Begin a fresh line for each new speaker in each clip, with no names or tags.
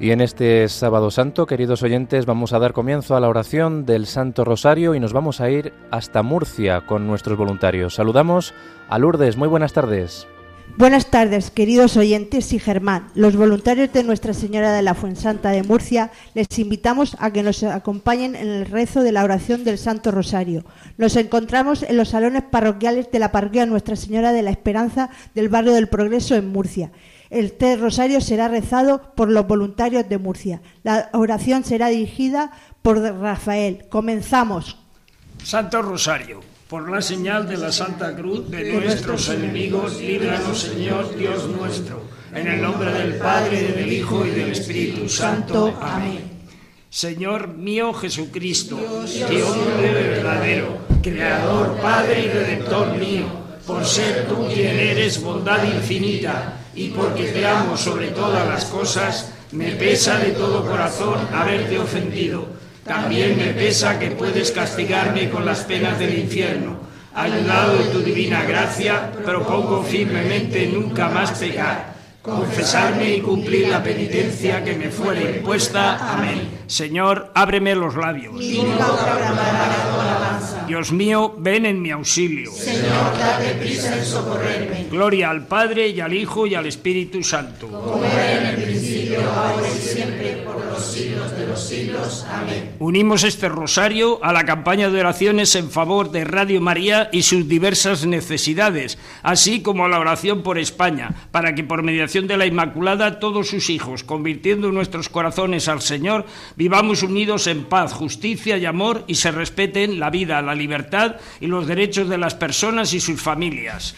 Y en este sábado santo, queridos oyentes, vamos a dar comienzo a la oración del Santo Rosario y nos vamos a ir hasta Murcia con nuestros voluntarios. Saludamos a Lourdes, muy buenas tardes.
Buenas tardes, queridos oyentes y Germán. Los voluntarios de Nuestra Señora de la Fuensanta de Murcia les invitamos a que nos acompañen en el rezo de la oración del Santo Rosario. Nos encontramos en los salones parroquiales de la parroquia Nuestra Señora de la Esperanza del barrio del Progreso en Murcia. El Tres Rosario será rezado por los voluntarios de Murcia. La oración será dirigida por Rafael. Comenzamos.
Santo Rosario. Por la señal de la Santa Cruz de nuestros enemigos, líbranos, Señor Dios nuestro, en el nombre del Padre, del Hijo y del Espíritu Santo. Amén. Señor mío Jesucristo, Dios verdadero, Creador, Padre y Redentor mío, por ser tú quien eres bondad infinita y porque te amo sobre todas las cosas, me pesa de todo corazón haberte ofendido. También me pesa que puedes castigarme con las penas del infierno. Ayudado de tu divina gracia, propongo firmemente nunca más pecar, confesarme y cumplir la penitencia que me fuera impuesta. Amén. Señor, ábreme los labios. Dios mío, ven en mi auxilio.
Señor, date prisa en socorrerme.
Gloria al Padre y al Hijo y al Espíritu Santo.
Como era en el principio, ahora y siempre, por los siglos de los siglos. Amén.
Unimos este rosario a la campaña de oraciones en favor de Radio María y sus diversas necesidades, así como a la oración por España, para que por mediación de la Inmaculada todos sus hijos, convirtiendo nuestros corazones al Señor, vivamos unidos en paz, justicia y amor y se respeten la vida, la libertad y los derechos de las personas y sus familias.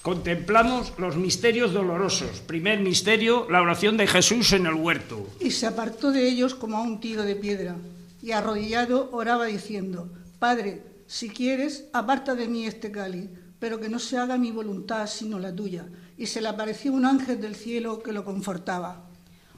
Contemplamos los misterios dolorosos. Primer misterio, la oración de Jesús en el huerto.
Y se apartó de ellos como a un tiro de piedra, y arrodillado oraba diciendo, Padre, si quieres, aparta de mí este cáliz, pero que no se haga mi voluntad sino la tuya. Y se le apareció un ángel del cielo que lo confortaba.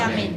Amén.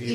y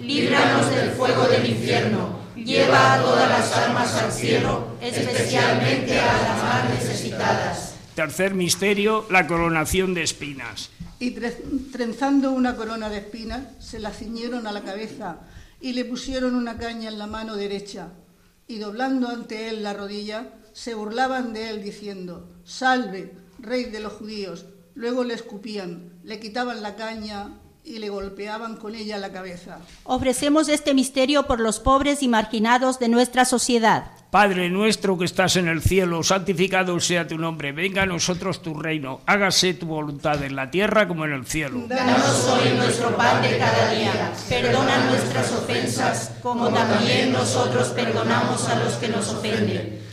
líbranos del fuego del infierno, lleva a todas las almas al cielo, especialmente a las más necesitadas.
Tercer misterio, la coronación de espinas.
Y tre- trenzando una corona de espinas, se la ciñeron a la cabeza y le pusieron una caña en la mano derecha, y doblando ante él la rodilla, se burlaban de él diciendo, Salve, rey de los judíos. Luego le escupían, le quitaban la caña y le golpeaban con ella la cabeza.
Ofrecemos este misterio por los pobres y marginados de nuestra sociedad.
Padre nuestro que estás en el cielo, santificado sea tu nombre, venga a nosotros tu reino, hágase tu voluntad en la tierra como en el cielo.
Danos hoy nuestro pan de cada día, perdona nuestras ofensas como también nosotros perdonamos a los que nos ofenden.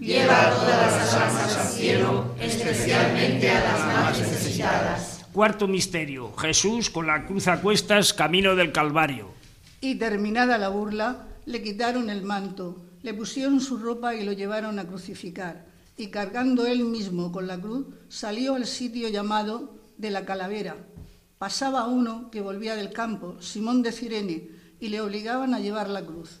lleva a todas las almas al cielo, especialmente a las más necesitadas.
Cuarto misterio, Jesús con la cruz a cuestas, camino del Calvario.
Y terminada la burla, le quitaron el manto, le pusieron su ropa y lo llevaron a crucificar. Y cargando él mismo con la cruz, salió al sitio llamado de la calavera. Pasaba uno que volvía del campo, Simón de Cirene, y le obligaban a llevar la cruz.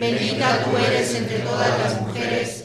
Bendita tú eres entre todas las mujeres,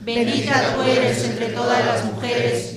Bendita tú eres entre todas las mujeres,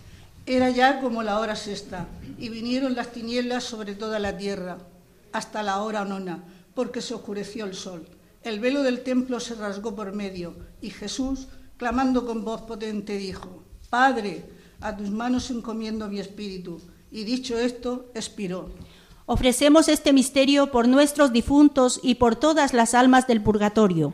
Era ya como la hora sexta, y vinieron las tinieblas sobre toda la tierra, hasta la hora nona, porque se oscureció el sol. El velo del templo se rasgó por medio, y Jesús, clamando con voz potente, dijo, Padre, a tus manos encomiendo mi espíritu. Y dicho esto, expiró.
Ofrecemos este misterio por nuestros difuntos y por todas las almas del purgatorio.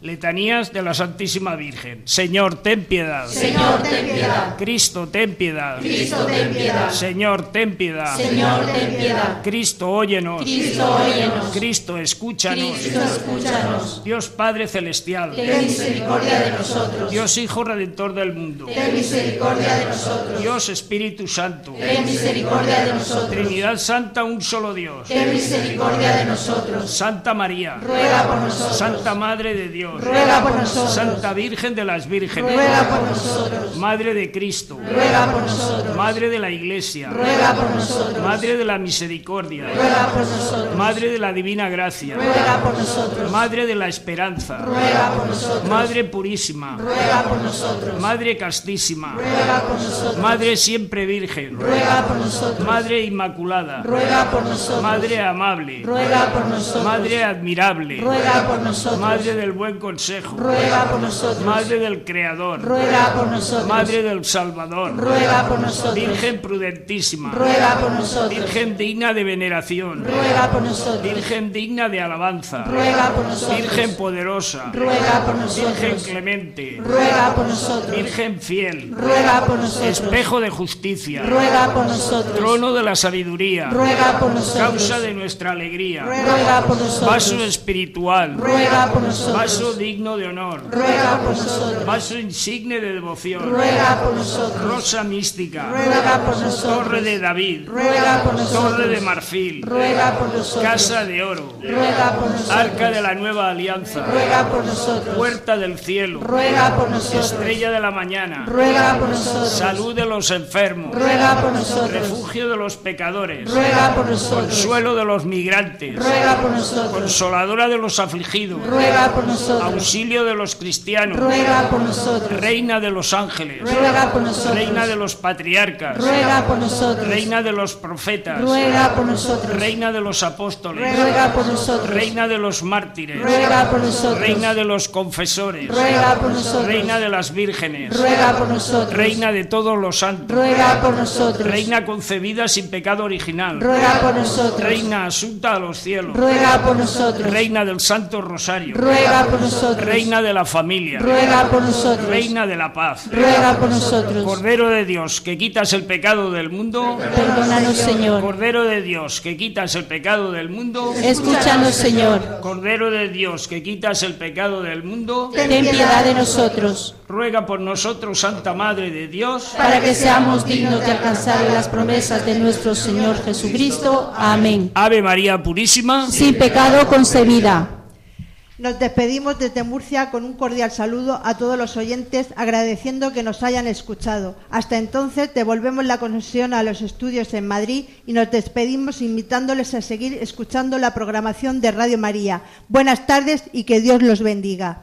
Letanías de la Santísima Virgen. Señor, ten piedad.
Señor, ten piedad.
Cristo, ten piedad.
Cristo, ten piedad.
Señor, ten piedad.
Señor, ten piedad.
Cristo, óyenos.
Cristo, óyenos.
Cristo, escúchanos.
Cristo, escúchanos.
Dios Padre Celestial.
Ten misericordia de nosotros.
Dios Hijo Redentor del mundo.
Ten misericordia de nosotros.
Dios Espíritu Santo.
Ten misericordia de nosotros.
Trinidad Santa, un solo Dios.
Ten misericordia de nosotros.
Santa María.
Ruega por nosotros.
Santa Madre de Dios.
Ruega por nosotros.
Santa Virgen de las Vírgenes.
Ruega por nosotros.
Madre de Cristo.
Ruega por nosotros.
Madre de la Iglesia.
Ruega por nosotros.
Madre de la Misericordia.
Ruega por nosotros.
Madre de la Divina Gracia.
Ruega por nosotros.
Madre de la Esperanza.
Ruega por nosotros.
Madre Purísima.
Ruega por nosotros.
Madre Castísima.
Ruega por nosotros.
Madre Siempre Virgen.
Ruega por nosotros.
Madre Inmaculada.
Ruega por nosotros.
Madre Amable.
Ruega por nosotros.
Madre Admirable.
Ruega por nosotros.
Madre del Buen Consejo.
Ruega por nosotros.
Madre del Creador.
Ruega por nosotros.
Madre del Salvador.
Ruega por nosotros.
Virgen Prudentísima.
Ruega por nosotros.
Virgen digna de veneración.
Ruega por nosotros.
Virgen digna de alabanza.
Ruega por nosotros.
Virgen poderosa.
Ruega por nosotros.
Virgen clemente.
Ruega por nosotros.
Virgen fiel.
Ruega por nosotros.
Espejo de justicia.
Ruega por nosotros.
Trono de la sabiduría.
Ruega por nosotros.
Causa de nuestra alegría.
Ruega por
Vaso
nosotros.
espiritual.
Ruega por nosotros.
Vaso digno de honor.
Ruega por nosotros.
Vaso insigne de devoción.
Ruega por nosotros.
Rosa mística.
Ruega por nosotros.
Torre de David.
Ruega por nosotros.
Torre de marfil.
Ruega por nosotros.
Casa de oro.
Ruega por nosotros.
Arca de la nueva alianza.
Ruega por nosotros.
Puerta del cielo.
Ruega por nosotros.
Estrella de la mañana.
Ruega por nosotros.
Salud de los enfermos.
Ruega por nosotros.
Refugio de los pecadores.
Ruega por nosotros.
Suelo de los migrantes.
Ruega por nosotros.
Consoladora de los afligidos.
Ruega por nosotros.
Auxilio de los cristianos.
Ruega por nosotros.
Reina de los ángeles.
Ruega por
Reina
nosotros.
de los patriarcas.
Ruega por nosotros.
Reina de los profetas.
Ruega por nosotros.
Reina de los apóstoles.
Ruega por nosotros.
Reina de los mártires.
Ruega por nosotros.
Reina de los confesores.
Ruega por nosotros.
Reina de las vírgenes.
Ruega por nosotros.
Reina de todos los santos.
Ruega por nosotros.
Reina concebida sin pecado original.
Ruega por nosotros.
Reina asunta a los cielos.
Ruega por nosotros.
Reina del Santo Rosario.
Ruega por nosotros.
Reina de la familia.
Ruega por nosotros.
Reina de la paz.
Ruega por nosotros.
Cordero de Dios, que quitas el pecado del mundo.
Perdónanos, Señor.
Cordero de Dios, que quitas el pecado del mundo.
Escúchanos, Señor.
Cordero de Dios, que quitas el pecado del mundo.
Ten piedad de nosotros,
Ruega por nosotros, Santa Madre de Dios.
para que seamos dignos de alcanzar las promesas de nuestro Señor Jesucristo. Amén.
Ave María Purísima.
Sin pecado concebida.
Nos despedimos desde Murcia con un cordial saludo a todos los oyentes, agradeciendo que nos hayan escuchado. Hasta entonces devolvemos la conexión a los estudios en Madrid y nos despedimos invitándoles a seguir escuchando la programación de Radio María. Buenas tardes y que Dios los bendiga.